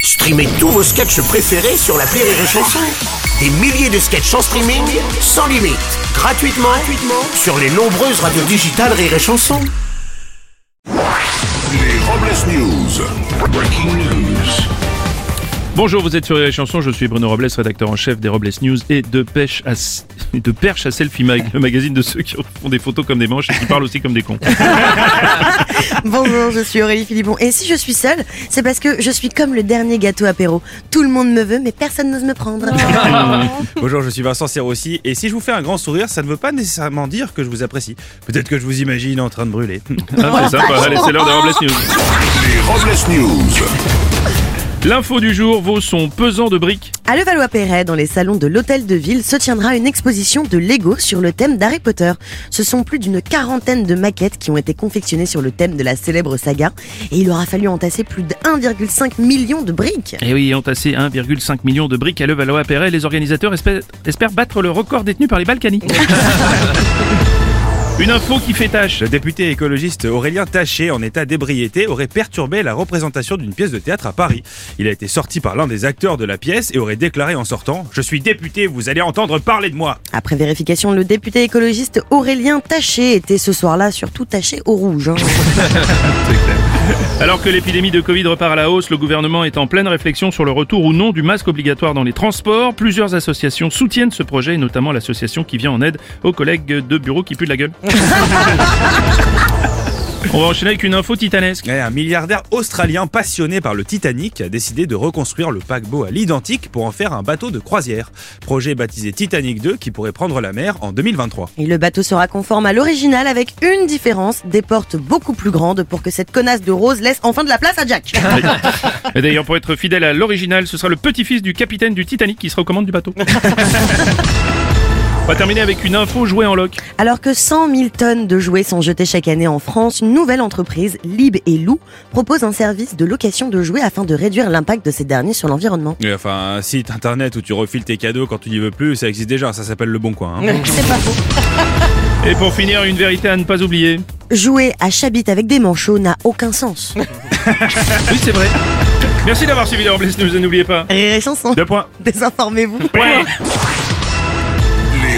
Streamez tous vos sketchs préférés sur la Rire et Chanson. Des milliers de sketchs en streaming, sans limite, gratuitement, gratuitement sur les nombreuses radios digitales Rire et Chanson. Les Robles News. Breaking news. Bonjour, vous êtes sur les chansons, je suis Bruno Robles, rédacteur en chef des Robles News et de pêche à et de perche à Selfie Mag, le magazine de ceux qui font des photos comme des manches et qui parlent aussi comme des cons. Bonjour, je suis Aurélie Philippon. Et si je suis seule, c'est parce que je suis comme le dernier gâteau apéro. Tout le monde me veut, mais personne n'ose me prendre. Bonjour, je suis Vincent Serroussi et si je vous fais un grand sourire, ça ne veut pas nécessairement dire que je vous apprécie. Peut-être que je vous imagine en train de brûler. Ah, c'est sympa, allez, c'est l'heure des Robles News. Les Robles News. L'info du jour vaut son pesant de briques. À Levallois-Perret, dans les salons de l'hôtel de ville, se tiendra une exposition de Lego sur le thème d'Harry Potter. Ce sont plus d'une quarantaine de maquettes qui ont été confectionnées sur le thème de la célèbre saga. Et il aura fallu entasser plus de 1,5 million de briques. Et Eh oui, entassé 1,5 million de briques à Levallois-Perret, les organisateurs espè- espèrent battre le record détenu par les Balkany. Une info qui fait tâche. Le député écologiste Aurélien Taché, en état d'ébriété, aurait perturbé la représentation d'une pièce de théâtre à Paris. Il a été sorti par l'un des acteurs de la pièce et aurait déclaré en sortant Je suis député, vous allez entendre parler de moi Après vérification, le député écologiste Aurélien Taché était ce soir-là surtout taché au rouge. hein. Alors que l'épidémie de Covid repart à la hausse, le gouvernement est en pleine réflexion sur le retour ou non du masque obligatoire dans les transports. Plusieurs associations soutiennent ce projet, et notamment l'association qui vient en aide aux collègues de bureau qui puent de la gueule. On va enchaîner avec une info titanesque. Ouais, un milliardaire australien passionné par le Titanic a décidé de reconstruire le paquebot à l'identique pour en faire un bateau de croisière. Projet baptisé Titanic 2 qui pourrait prendre la mer en 2023. Et le bateau sera conforme à l'original avec une différence, des portes beaucoup plus grandes pour que cette connasse de Rose laisse enfin de la place à Jack. Et d'ailleurs, pour être fidèle à l'original, ce sera le petit-fils du capitaine du Titanic qui se recommande du bateau. On va terminer avec une info jouée en loc. Alors que 100 000 tonnes de jouets sont jetées chaque année en France, une nouvelle entreprise, Lib et Lou, propose un service de location de jouets afin de réduire l'impact de ces derniers sur l'environnement. Et enfin, un site internet où tu refiles tes cadeaux quand tu n'y veux plus, ça existe déjà, ça s'appelle Le Bon Coin. hein. C'est pas faux. Et pour finir, une vérité à ne pas oublier. Jouer à Chabit avec des manchots n'a aucun sens. Oui, c'est vrai. Merci d'avoir suivi les Robles News et n'oubliez pas. Rire et chanson, Deux points. désinformez-vous. Ouais. Les